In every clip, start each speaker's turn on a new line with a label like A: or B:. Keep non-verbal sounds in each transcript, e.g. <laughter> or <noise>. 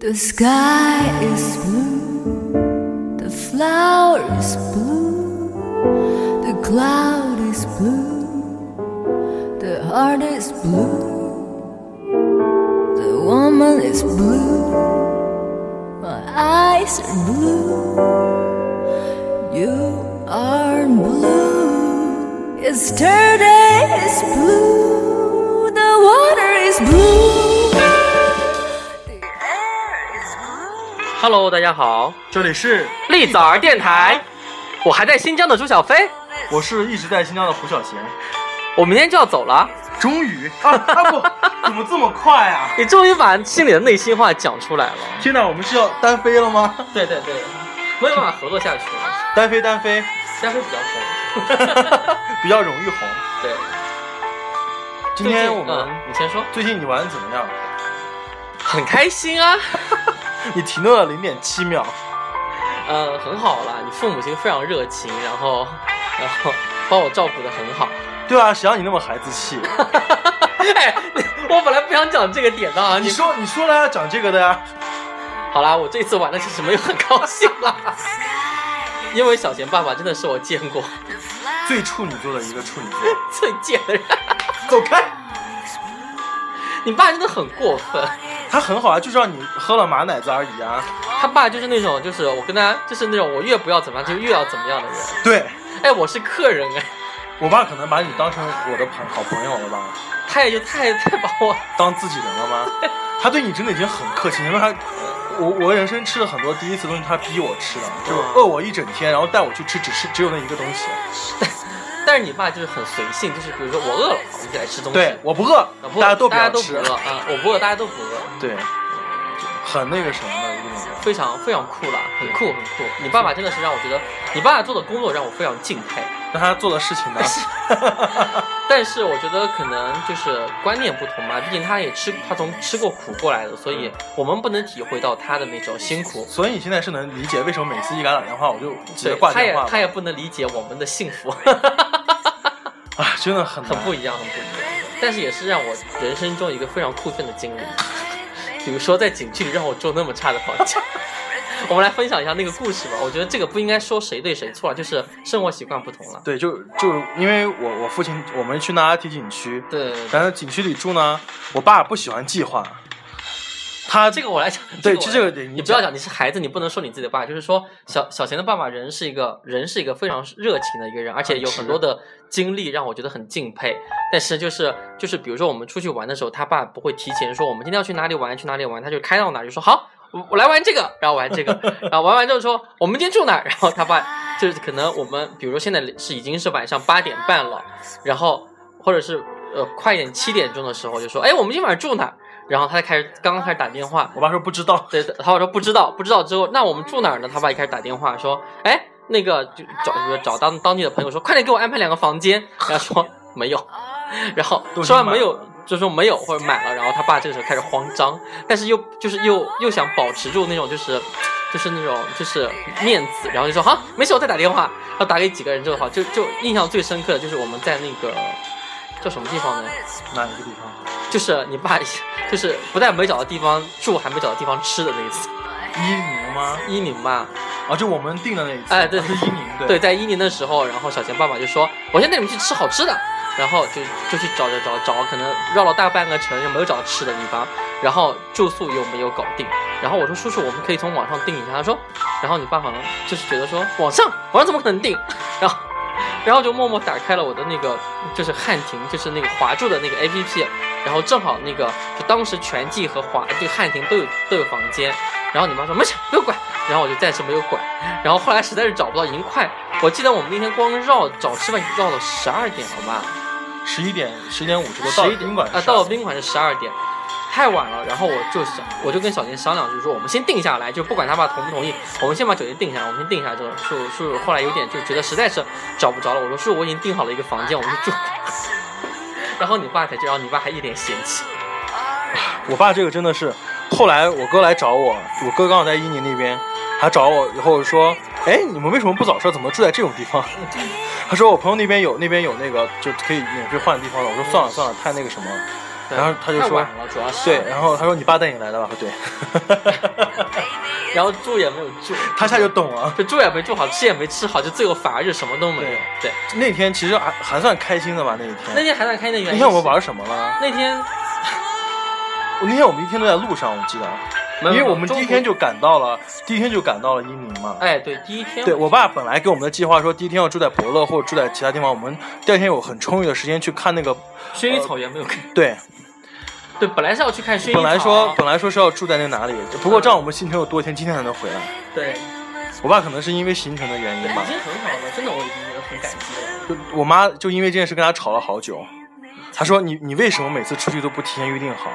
A: The sky is blue, the flower is blue, the cloud is blue, the heart is blue, the woman is blue, my eyes are blue, you are blue. Yesterday is blue, the water is blue, the air is blue.
B: Hello，大家好，
C: 这里是，
B: 栗枣儿电台，我还在新疆的朱小飞，
C: 我是一直在新疆的胡小贤。
B: 我明天就要走了。
C: 终于啊啊 <laughs> 不，怎么这么快啊？
B: 你终于把心里的内心话讲出来了。
C: 天哪，我们是要单飞了吗？
B: 对对对，没有办法合作下去了，
C: 单飞单飞，
B: 下回比较红。
C: 比较容易红。
B: 对，
C: 今天
B: 最近
C: 我
B: 嗯
C: 们
B: 你先说，
C: 最近你玩的怎么样？
B: 很开心啊，
C: 你停顿了零点七秒，
B: 嗯，很好啦，你父母亲非常热情，然后然后把我照顾的很 <laughs> 好。
C: 对啊，谁让你那么孩子 <laughs> 气？
B: 哎，我本来不想讲这个点的啊，
C: 你说你说了要讲这个的啊呀？
B: 好啦，我这次玩的是什么又很高兴 <laughs> 啦，因为小贤爸爸真的是我见过
C: 最处女座的一个处女座，
B: <laughs> 最贱的人，
C: 走开！
B: 你爸真的很过分，
C: 他很好啊，就是让你喝了马奶子而已啊。
B: 他爸就是那种就是我跟他就是那种我越不要怎么样就越要怎么样的人，
C: 对
B: 哎，我是客人哎，
C: 我爸可能把你当成我的朋好朋友了吧？
B: 他也就太太把我
C: 当自己人了吗？他对你真的已经很客气，因为他，我我人生吃了很多第一次东西，他逼我吃的，就
B: 啊
C: 饿我一整天，然后带我去吃，只吃只有那一个东西。
B: 但是你爸就是很随性，就是比如说我饿了，我们就来吃东西。
C: 对，我不饿
B: 啊，不
C: 家都不
B: 大家
C: 要
B: 都不
C: 吃。
B: 饿啊，我不饿，大家都不饿，
C: 对，就很那个什么的一个那种。
B: 非常非常酷啦，很酷很酷。你爸爸真的是让我觉得，你爸爸做的工作让我非常敬佩。
C: 但他做的事情呢？
B: 但是我觉得可能就是观念不同嘛，毕竟他也吃，他从吃过苦过来的，所
C: 嗯
B: 以我们不能体会到他的那种辛苦。
C: <laughs> 所以你现在是能理解为什么每次一给他打电话，我就直接
B: 对，
C: 挂
B: 他也
C: 电话吗
B: 他也不能理解我们的幸
C: <laughs>
B: 福，
C: 啊，真的很难
B: 很不一样，很不一样。但是也是让我人生中一个非常酷炫的经历，比如说在景区里让我住那么差的房间。 <laughs> 我们来分享一下那个故事吧。我觉得这个不应该说谁对谁错，啊就是生活习惯不同了。
C: 对，就就因为我我父亲，我们去那拉提景区，
B: 对对对，
C: 然后景区里住呢，我爸不喜欢计划，他
B: 这个我来讲。
C: 对，
B: 就
C: 就这个得
B: 你不要讲你是孩子，你不能说你自己的爸爸。就是说小小贤的爸爸人是一个人是一个非常热情的一个人，而且有很多的经历让我觉得很敬佩。但是就是就是比如说我们出去玩的时候，他爸不会提前说我们今天要去哪里玩去哪里玩，他就开到哪儿就说好。我我来玩这个，然后玩这个，然后玩完之后说我们今天住哪儿，然后他爸就是可能我们比如说现在是已经是晚上八点半了，然后或者是呃快一点七点钟的时候就说哎我们今晚住哪儿，然后他就开始刚刚开始打电话，
C: 我爸说不知道，
B: 对，他爸说不知道，不知道之后，那我们住哪儿呢？他爸一开始打电话说，哎，那个就找就是找当当地的朋友说，快点给我安排两个房间。然后说没有，然后
C: 都已经
B: 说完
C: 买
B: 没有
C: 了，
B: 就说没有或者买了。然后他爸这个时候开始慌张，但是又就是又又想保持住那种就是。就是那种，就是面子，然后就说好，没事，我再打电话。然后打给几个人之后，好，就就印象最深刻的就是我们在那个叫什么地方呢？
C: 哪一个地方？
B: 就是你爸， <laughs> 就是不但没找到地方住，还没找到地方吃的那一次。
C: 伊宁吗？
B: 伊宁吧，
C: 啊，就我们订的那一次，啊
B: 哎对
C: 是伊宁，
B: 对，，在伊宁的时候，然后小贤爸爸就说：“我先带你们去吃好吃的。”然后就就去找着找找，可能绕了大半个城，也没有找到吃的地方，然后住宿又没有搞定。然后我说：“叔叔，我们可以从网上订一下。”他说：“然后你爸好像就是觉得说网上网上怎么可能订？” <laughs> 然后然后就默默打开了我的那个就是汉庭，就是那个华住的那个 APP，然后正好那个就当时全季和华这个汉庭都有都有房间，然后你妈说没事不用管，然后我就暂时没有管，然后后来实在是找不到，已经快，我记得我们那天光绕找吃饭绕到十二点了吧，
C: 十一点十一点五十多到
B: 十一点
C: 宾馆
B: 啊，到了宾馆是十二点，太晚了。然后我就想，我就跟小年商量，就是说我们先定下来，就不管他爸同不同意，我们先把酒店定下来，我们先定下来之后，叔叔叔后来有点就觉得实在是找不着了，我说叔叔我已经订好了一个房间，我们去住。 <laughs> 然后你爸才知道，你爸还一脸嫌弃。
C: 我爸这个真的是，后来我哥来找我，我哥刚好在伊宁那边，他找我以后说，哎，你们为什么不早说，怎么住在这种地方？ <laughs> 他说我朋友那边有那边有那个就可以免费换的地方了。我说算了算了，太那个什么了。然后他就
B: 太
C: 说
B: 晚了，主要是
C: 对，，然后他说你爸带你来的吧，我说对，
B: 然后住也没有住，
C: <laughs> 他一下就懂了。
B: 就住也没住好，吃也没吃好，就罪恶反而就什么都没有。对，
C: 那天其实还还算开心的吧，那一天。
B: 那天还在开那原因
C: 那
B: 是，
C: 天我们玩什么了？
B: 那天
C: 我那天我们一天都在路上，我记得，
B: 没有
C: 因为我们
B: 中
C: 第
B: 途
C: 一天就赶到了，第一天就赶到了伊宁嘛。
B: 哎对第一天
C: 对我爸本来给我们的计划说，第一天要住在伯乐或者住在其他地方，我们第二天有很充裕的时间去看那个。
B: 薰
C: 呃
B: 衣草园没有
C: <laughs>
B: 看，
C: 对，
B: 对，本来是要去看薰衣草，啊
C: 本来说本来说是要住在那哪里，不过这样我们行程又多一天，今天才能回来。
B: 对，
C: 我爸可能是因为行程的原因吧
B: 已，经很好了，真的我已经觉得很感激了。
C: 就我妈就因为这件事跟他吵了好久。她说你你为什么每次出去都不提前预定好？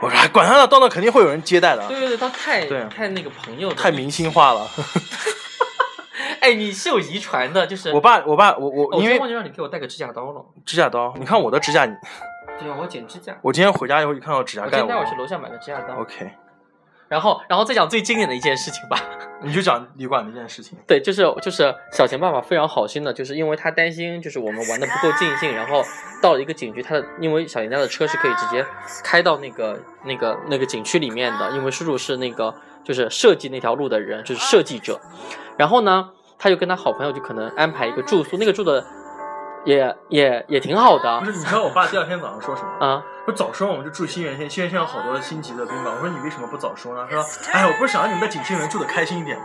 C: 我说哎，管他呢，到那肯定会有人接待的，
B: 对对对，他太
C: 对
B: 太那个朋友的
C: 太明星化了。
B: 哎，你是有遗传的，就是
C: 我爸我爸我
B: 哦
C: 我
B: 我
C: 因
B: 真
C: 为
B: 忘记让你给我带个指甲刀了。
C: 指甲刀，你看我的指甲，
B: 对啊，我要剪指甲。
C: 我今天回家以后就看到指甲
B: 我
C: 盖
B: 先
C: 我
B: 带我去楼下买个指甲刀，
C: OK，
B: 然后，然后再讲最经典的一件事情吧。
C: 你就讲旅馆这件事情。
B: 对，就是就是小钱爸爸非常好心的，就是因为他担心就是我们玩的不够尽兴，然后到了一个景区，他的因为小钱家的车是可以直接开到那个那个那个景区里面的，因为叔叔是那个就是设计那条路的人，就是设计者。然后呢，他就跟他好朋友就可能安排一个住宿，那个住的也也也挺好的啊、
C: 不是，你知道我爸第二天早上说什么？不是早说我们就住新源县，新源县有好多星级的宾馆。我说你为什么不早说呢？他说，哎，我不是想让你们在景区里面住的开心一点吗？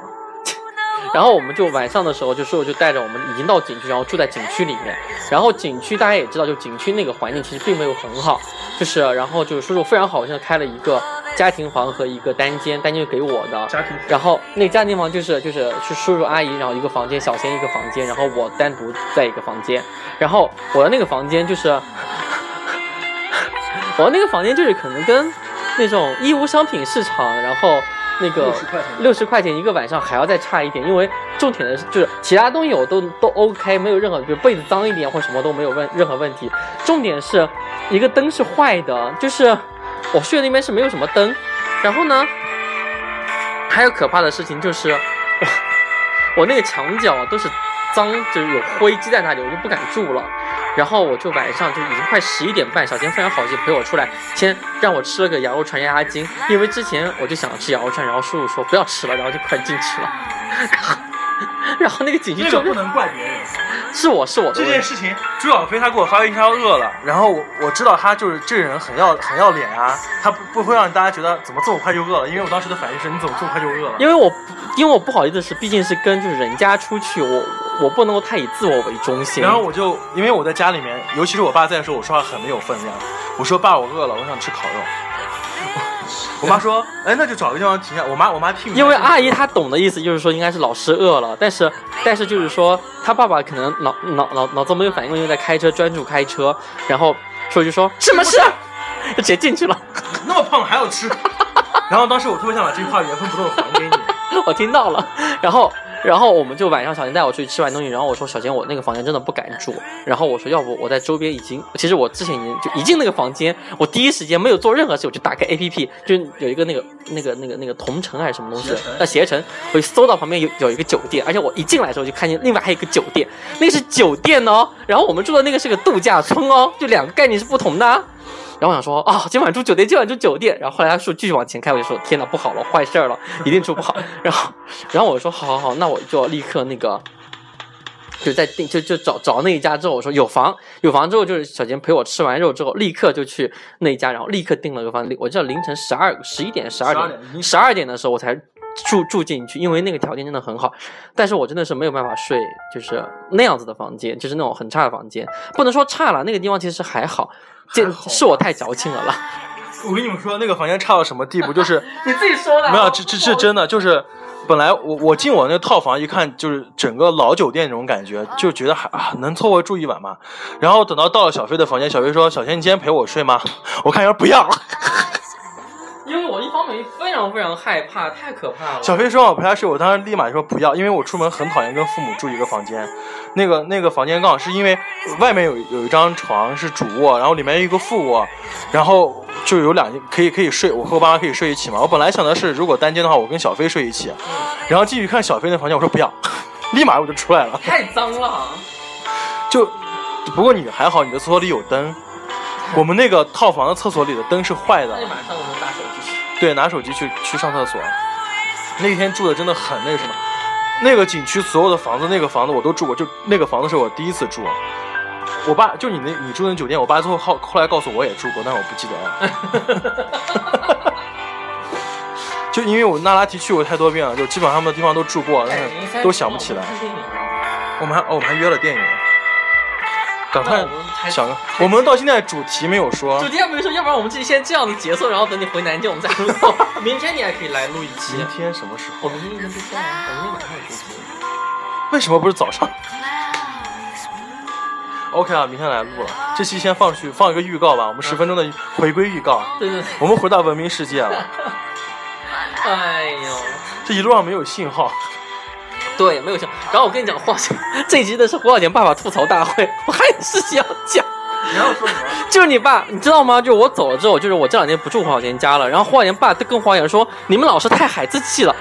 B: 然后我们就晚上的时候，就叔叔就带着我们已经到景区，然后住在景区里面。然后景区大家也知道，就景区那个环境其实并没有很好，就是然后就是叔叔非常好心的开了一个家庭房和一个单间，单间就给我的。
C: 家庭
B: 然后那个家庭房就是就是是叔叔阿姨，然后一个房间，小仙一个房间，然后我单独在一个房间。然后我的那个房间就是， <laughs> 我的那个房间就是可能跟那种义乌商品市场，然后那个
C: 60块钱
B: 六十块钱一个晚上还要再差一点，因为重点的是就是其他东西我都都 OK，没有任何就是被子脏一点或什么都没有问任何问题，重点是一个灯是坏的，就是我睡的那边是没有什么灯，然后呢，还有可怕的事情就是我我那个墙角都是脏，就是有灰积在那里，我就不敢住了。然后我就晚上就已经快十一点半，小天非常好心陪我出来，先让我吃了个羊肉串压压惊，因为之前我就想吃羊肉串，然后叔叔说不要吃了，然后就快进去了。 <laughs> 然后那个景区
C: 这
B: 周
C: 个
B: 边
C: 不能怪别人。
B: 是我是我的
C: 这
B: 问
C: 件
B: 题，
C: 事情，朱小飞他给我发微信，他饿了，然后我我知道他就是这人很要很要脸啊，他不不会让大家觉得怎么这么快就饿了，因为我当时的反应是你怎么这么快就饿了？
B: 因为我不因为我不好意思是，毕竟是跟就是人家出去，我我不能够太以自我为中心。
C: 然后我就因为我在家里面，尤其是我爸在的时候，我说话很没有分量。我说爸，我饿了，我想吃烤肉。 <laughs> 我妈说，哎，那就找个地方停下。我妈，我妈听
B: 因为阿姨她懂的意思就是说，应该是老师饿了，但是但是就是说，她爸爸可能脑脑脑脑子没有反应，因为在开车专注开车，然后说就说什么事，就 <laughs> 直接进去了。
C: <laughs> 那么胖还要吃。然后当时我特别想把这句话原封不动地还给你。
B: <laughs> 我听到了，然后然后我们就晚上小贤带我出去吃完东西，然后我说小贤我那个房间真的不敢住，然后我说要不我在周边已经，其实我之前已经就一进那个房间，我第一时间没有做任何事，我就打开 A P P，就有一个那个那个那个那个同城还是什么东西
C: 携程，
B: 呃携程，我就搜到旁边有有一个酒店，而且我一进来的时候就看见另外还有一个酒店，那个是酒店哦，然后我们住的那个是个度假村哦，就两个概念是不同的啊、然后我想说啊、今晚住酒店，今晚住酒店。然后后来他说继续往前开，我就说天哪，不好了，坏事儿了，一定住不好。然后，然后我说好好好，那我就立刻那个，就在订就就找找那一家之后，我说有房，有房之后就是小杰陪我吃完肉之后，立刻就去那一家，然后立刻订了个房。我记得凌晨十二十一点十二
C: 12已
B: 点
C: 经
B: 十二点的时候我才。住住进去，因为那个条件真的很好，但是我真的是没有办法睡，就是那样子的房间，就是那种很差的房间，不能说差了，那个地方其实还好，这
C: 还好
B: 是我太矫情了啦。
C: 我跟你们说，那个房间差到什么地步，就是
B: <laughs> 你自己说的
C: 没有，这这这真的就是。本来我我进我那个套房一看，就是整个老酒店那种感
B: 嗯
C: 觉，就觉得还啊能凑合住一晚嘛。然后等到到了小飞的房间，小飞说：“小贤，你今天陪我睡吗？”我看一下不要。
B: 因为我一方面非常非常害怕，太可怕了。
C: 小飞说让我陪他睡，我当时立马说不要，因为我出门很讨厌跟父母住一个房间。那个那个房间刚好是因为外面有有一张床是主卧，然后里面有一个副卧，然后就有两可以可以睡，我和我爸妈可以睡一起嘛。我本来想的是如果单间的话，我跟小飞睡一起，然后进去看小飞的房间，我说不要，立马我就出来了。
B: 太脏了，啊
C: 就不过你还好，你的厕所里有灯，我们那个套房的厕所里的灯是坏的
B: 那，就马上我们打手机去。
C: 对，拿手机去去上厕所。那天住的真的很那个什么，那个景区所有的房子，那个房子我都住过，就那个房子是我第一次住。我爸就你那，你住那酒店，我爸最后后后来告诉我也住过，但是我不记得了。 <laughs> 就因为我那拉提去过太多遍了，就基本上他们的地方都住过，
B: 哎
C: 但是都想不起来。
B: <laughs>
C: 我们还哦，我们还约了电影，赶快
B: 那我们还
C: 想个。我们到现在主题没有说
B: 主，题还没说，要不然我们这期先这样子结束，然后等你回南京我们再 <laughs> 录。明天你还可以来录一期
C: 明。天什么时候？
B: 我明天应该不在啊，我明天晚上有主题。
C: 为什么不是早上
A: Cloud is blue.
C: ？OK 啊，明天来录了。这期先放去，放一个预告吧。我们十分钟的回归预告，
B: 对对对，
C: 我们回到文明世界了。
B: 哎呦。
C: 这一路上没有信号，
B: 对，没有笑。然后我跟你讲，黄小这一集的是胡小田爸爸吐槽大会， <laughs> 我还有事情要讲。
C: 你要说什么？
B: 就是你爸，你知道吗？就我走了之后，就是我这两天不住黄小田家了。然后黄小田爸就跟黄小田说：“你们老是太孩子气了。”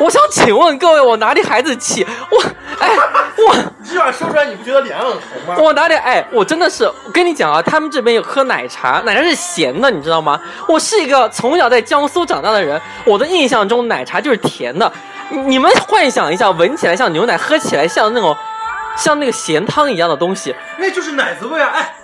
B: 我想请问各位，我哪里孩子气？我，哎，我。
C: 你这晚说出来，你不觉得脸很红吗？
B: 我哪里哎，我真的是，我跟你讲啊，他们这边有喝奶茶，奶茶是咸的，你知道吗？我是一个从小在江苏长大的人，我的印象中奶茶就是甜的。你你们幻想一下，闻起来像牛奶，喝起来像那种像那个咸汤一样的东西。
C: 那就是奶子味啊！哎，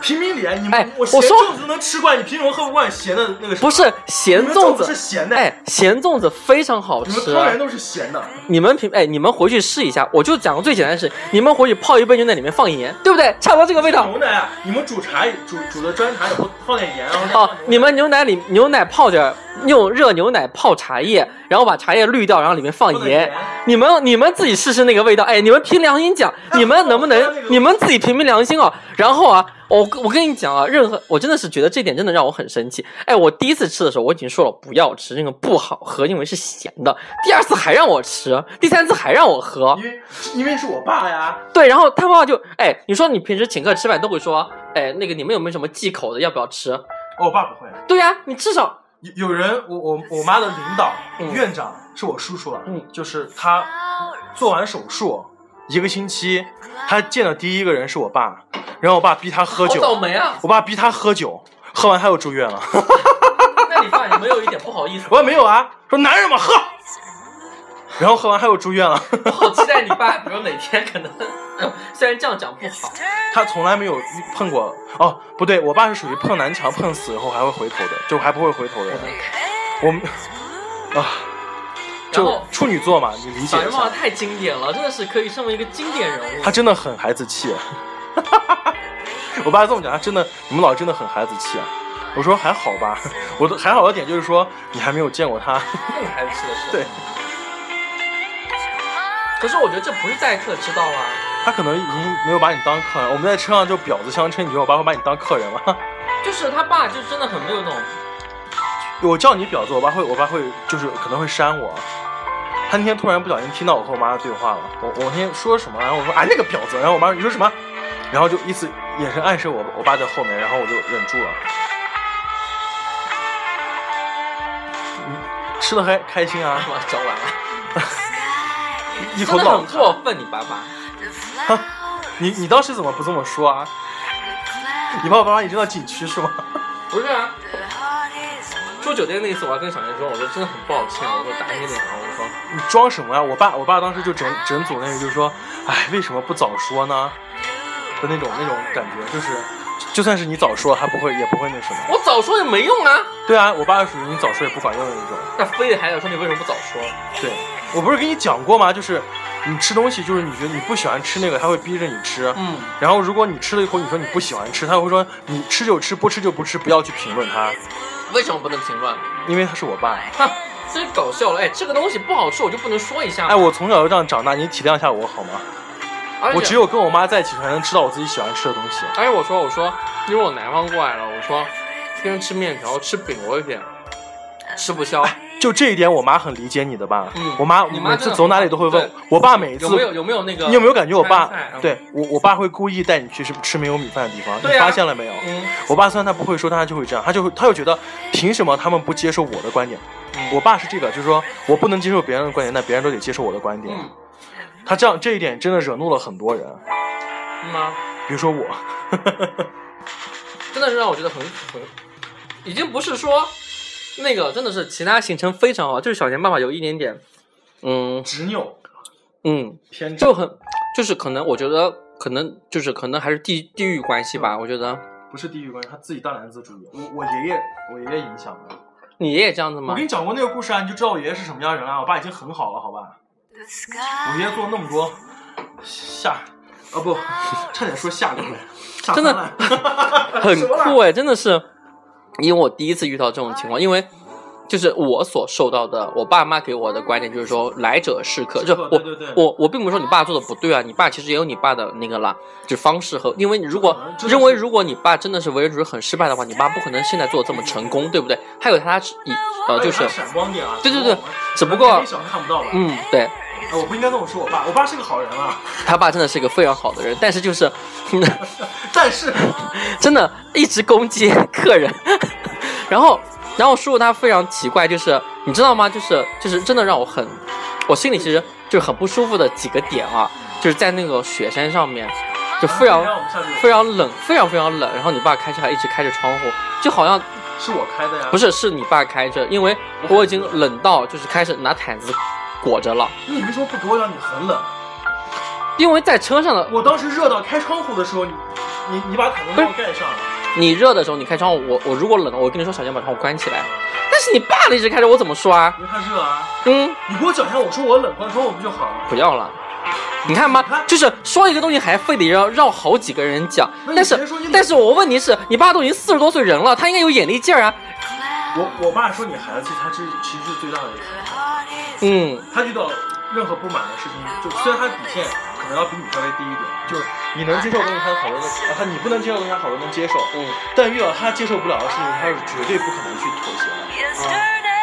C: 平民脸，你
B: 哎
C: 咸
B: 我说
C: 粽子都能吃惯，你凭什么喝不惯咸的那个什么？
B: 不是咸
C: 你们
B: 粽
C: 是
B: 子，
C: 咸的，
B: 哎，咸粽子非常好
C: 你们
B: 吃。啊
C: 汤圆都是咸的。
B: 你们平哎，你们回去试一下。我就讲个最简单的事，你们回去泡一杯牛奶，里面放盐，对不对？差不多这个味道。
C: 牛奶啊，你们煮茶煮煮的砖茶以后放点盐，啊然后
B: 哦，你们牛奶里牛奶泡点儿，用热牛奶泡茶叶，然后把茶叶滤掉，然后里面放
C: 放点
B: 盐
C: 盐。
B: 你们你们自己试试那个味道，哎，你们凭良心
C: <laughs>
B: 讲，
C: 哎
B: 你们能不
C: 我喝
B: 能
C: 那个
B: 你们自己凭凭良心哦。然后啊，我我跟你讲啊，任何我真的是觉得这点真的让我很生气。哎，我第一次吃的时候我已经说了不要吃，那个不好喝，因为是咸的。第二次还让我吃，第三次还让我喝，
C: 因为因为是我爸呀，
B: 对，然后他爸就哎，你说你平时请客吃饭都会说，哎，那个你们有没有什么忌口的，要不要吃？
C: 哦我爸不会。
B: 对呀、你至少
C: 有有人，我我我妈的领导、
B: 嗯
C: 院长是我叔叔了，
B: 嗯
C: 就是他
A: Cloud
C: 做完手术一个星期，他见的第一个人是我爸，然后我爸逼他喝
B: 好倒
C: 酒，
B: 霉啊！
C: 我爸逼他喝酒，喝完他又住院了。 <laughs>
B: <laughs> 那你爸有没有一点不好意思？
C: 我说没有啊，说男人嘛喝，然后喝完他又住院了。 <laughs>
B: 我好期待你爸，比如哪天可能，哎虽然这样讲不好，
C: 他从来没有碰过哦，不对，我爸是属于碰南墙碰死以后还会回头的，就还不会回头的人。我们啊，
B: 然
C: 就
B: 后
C: 处女座嘛，你理解
B: 小
C: 一
B: 人爸
C: 下。
B: 太经典了，真的是可以成为一个经典人物
C: 他。真的很孩子气。 <laughs> 我爸这么讲，他真的，你们老真的很孩子气啊。我说还好吧，我的还好的点就是说你还没有见过他。 <laughs>
B: 那个孩子吃的是，
C: 对
B: 可是我觉得这不是待客之道啊，
C: 他可能已经没有把你当客人。我们在车上就婊子相称，你觉得我爸会把你当客人吗？
B: 就是他爸就真的很没有那种，
C: 我叫你婊子，我爸会，我爸会就是可能会扇我。他那天突然不小心听到我和我妈的对话了，我我那天说什么，然后我说啊那个婊子，然后我妈说你说什么，然后就意思眼神暗示我我爸在后面，然后我就忍住了。嗯，吃的还开心啊，
B: 我讲完了，
C: 一口
B: 真的
C: 老
B: 很
C: 痰。
B: 过分，你爸爸。
A: the flower
C: 你你当时怎么不这么说啊？你
A: cloud
C: 把我爸妈引扔到景区是吗？
B: 不是啊，
A: the heart is blue.
B: 住酒店那次，我还跟小袁说，我说真的很抱歉，我说打你脸啊，我说
C: 你装什么呀？我爸我爸当时就整整组那个就是说，哎，为什么不早说呢？的那种那种感觉，就是就就算是你早说，他不会也不会那什么。
B: 我早说也没用啊，
C: 对啊，我爸属于你早说也不管用的那种。
B: 那非得还得说你为什么不早说？
C: 对，我不是跟你讲过吗？就是你吃东西，就是你觉得你不喜欢吃那个，他会逼着你吃。
B: 嗯。
C: 然后如果你吃了一口，你说你不喜欢吃，他会说你吃就吃，不吃就不吃，不要去评论他，
B: 为什么不能评论？
C: 因为他是我爸。
B: 哈，真搞笑了！哎，这个东西不好吃，我就不能说一下吗。
C: 哎，我从小就这样长大，你体谅一下我好吗？
B: 而且
C: 我只有跟我妈在一起才能吃到我自己喜欢吃的东西。
B: 而且哎我说，我说，因为我南方过来了，我说天天吃面条吃饼，我有点吃不消。
C: 就这一点，我妈很理解你的吧？
B: 嗯
C: 我妈
B: 你妈
C: 每
B: 真
C: 次
B: 的
C: 走哪里都会问
B: 对
C: 我爸，每一次
B: 有没有有没有那个？
C: 你有没有感觉我爸
B: 川菜嗯
C: 对我我爸会故意带你去吃吃没有米饭的地方？
B: 对啊
C: 你发现了没有？
B: 嗯
C: 我爸虽然他不会说，但他就会这样，他就会他就觉得凭什么他们不接受我的观点？我爸是这个，就是说我不能接受别人的观点，那别人都得接受我的观点。
B: 嗯
C: 他这样这一点真的惹怒了很多人，
B: 嗯吗？
C: 比如说我。
B: 真的是让我觉得很很，已经不是说那个，真的是其他行程非常好，就是小贤爸爸有一点点，嗯
C: 执拗
B: 嗯，
C: <laughs> 偏执
B: 就很就是可能我觉得可能就是可能还是地地域关系吧，我觉得
C: 不是地域关系，他自己大男子主义。我我爷爷我爷爷影响的。
B: 你爷爷这样子
C: 我
B: 吗
C: 给？你讲过那个故事啊，你就知道我爷爷是什么样的人了、啊我爸已经很好了，好吧？
A: The
C: 我
A: sky
C: 爷爷做那么多下，啊不，差点说下流了，下
B: 真的
C: 三 <laughs> 滥
B: <laughs> 很
C: 什么
B: 酷
C: 了
B: 哎，真的是，因为我第一次遇到这种情
C: 哎
B: 况，因为。就是我所受到的，我爸妈给我的观点就是说，来者是客。就我
C: 对对对
B: 我我并不是说你爸做的不对啊，你爸其实也有你爸的那个啦，就方式和，因为你如果
C: 可能真的是
B: 认为如果你爸真的是为人处事很失败的话，你爸不可能现在做的这么成功，对不对？还有他以呃
C: 哎
B: 就是
C: 还闪光点啊！
B: 对对对
C: 我们
B: 只不过
C: 我们那小看不到吧？
B: 嗯对，
C: 哎我不应该这么说我爸，我爸是个好人啊，
B: 他爸真的是一个非常好的人，但是就是， <laughs>
C: 但是
B: 真的一直攻击客人， <laughs> 然后然后叔叔他非常奇怪，就是你知道吗？就是就是真的让我很，我心里其实就是很不舒服的几个点啊，就是在那个雪山上面，就非常
C: 让哎我们下去，
B: 非常冷，非常非常冷。然后你爸开车还一直开着窗户，就好像
C: 是我开的呀，
B: 不
C: 是
B: 是是你爸开着，因为我已经冷到就是开始拿毯子裹着了，
C: 你为什么不给我讲你很冷？
B: 因为在车上的
C: 我当时热到开窗户的时候，你你你把毯子帮我盖上了，
B: 你热的时候你开窗户，我我如果冷了，我跟你说小心把窗户关起来。但是你爸一直开着，我怎么说啊？
C: 因为他热啊。
B: 嗯。
C: 你给我讲一下，我说我冷，关窗户不就好了？
B: 不要了。你看嘛，就是说一个东西还非得要绕好几个人讲
C: 那，你
B: 但
C: 别
B: 是
C: 说你
B: 但是我问题是你爸都已经四十多岁人了，他应该有眼力劲儿啊。
A: cloud.
C: 我我爸说你孩子他是其实是最大的人，
A: The heart is
B: 嗯，
C: 他遇到任何不满的事情，就虽然他底线可能要比你稍微低一点，就是你能接受的东西他好多能，啊他你不能接受的东西他好多能接受，
B: 嗯，
C: 但遇到他接受不了的事情，他是绝对不可能去妥协的。
A: yesterday.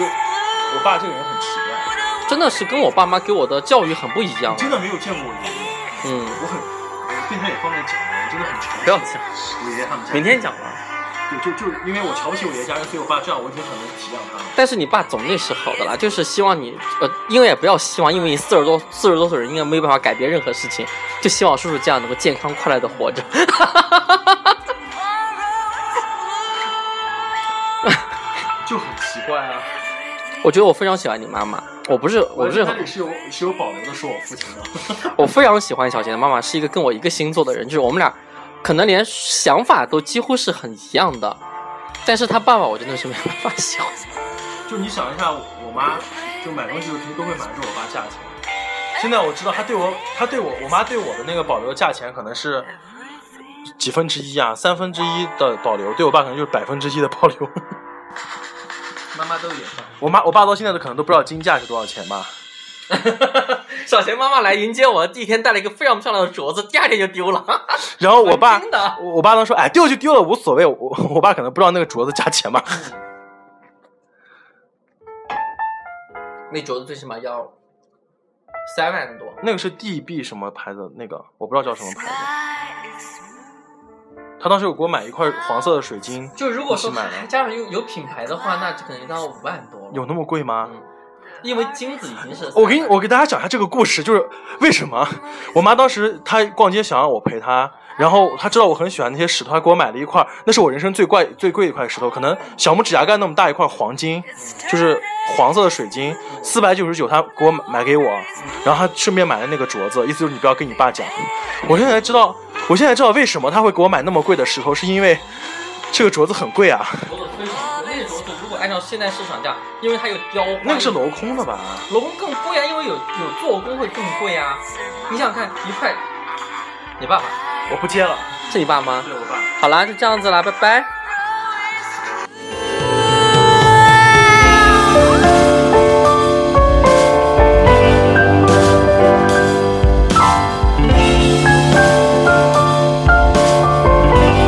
C: 就我爸这个人很奇怪，
B: 真的是跟我爸妈给我的教育很不一样
C: 真
B: 啊。
C: 的没有见过我爷爷，
B: 嗯，
C: 我很，我对他也方便讲，我真的很
B: 不要
C: 瞧
B: 讲，
C: 不起我爷爷他们家。
B: 明天讲吧。
C: 对，就就是因为我瞧不起我爷爷家人，所以我爸这样，我已经很能体谅他了。
B: 但是你爸总归是好的啦，就是希望你呃，因为也不要希望，因为你四十多四十多岁人应该没有办法改变任何事情，就希望叔叔这样能够健康快乐的活着。
C: 就很奇怪啊！
B: 我觉得我非常喜欢你妈妈，我不是我不是
C: 在
B: 很
C: 这里是有是有保留的，说我父亲的。
B: 我非常喜欢小贤的妈妈，是一个跟我一个星座的人，就是我们俩可能连想法都几乎是很一样的，但是他爸爸我真的是没办法喜 <laughs> 欢。
C: 就你想一下，我我妈就买东西的时候都会瞒着我爸价钱。现在我知道她对我，她对我，我妈对我的那个保留价钱可能是几分之一啊，三分之一的保留，对我爸可能就是百分之一的保留。
B: 妈妈都有。
C: 我妈我爸到现在都可能都不知道金价是多少钱吧。
B: <laughs> 小贤妈妈来迎接我，第一天带了一个非常漂亮的镯子，第二天就丢了。 <laughs>
C: 然后我爸
B: 真的，
C: 我我爸当时说，哎，丢就丢了，无所谓。我我我爸可能不知道那个镯子价钱吧。 <laughs>
B: 那镯子最起码要三万多。
C: 那个是 DB 什么牌子？那个我不知道叫什么
A: The
C: 牌子。
A: sky is blue.
C: 他当时有给我买一块黄色的水晶，
B: 就如果
C: 是
B: 说
C: 买了
B: 加上有有品牌的话，那就可能到五万多了。
C: 有那么贵吗？
B: 嗯，因为金子已经是
C: 我给你，我给大家讲一下这个故事，就是为什么我妈当时她逛街想让我陪她，然后她知道我很喜欢那些石头，她给我买了一块，那是我人生最贵最贵的一块石头，可能小拇指甲盖那么大一块黄金， <laughs> 就是黄色的水晶，四百九十九，她给我买买给我，然后她顺便买了那个镯子，意思就是你不要跟你爸讲。我现在才知道，我现在知道为什么她会给我买那么贵的石头，是因为这个镯子很贵啊，
B: 镯子非常贵，那镯子如果按照现在市场价，因为它有雕花，
C: 那个是镂空的吧？
B: 镂空更贵啊，因为有有做工会更贵啊。你想看一块，你爸爸
C: 我不接了，
B: 是你爸吗？
C: 对我爸。
B: 好啦，就这样子啦，拜拜。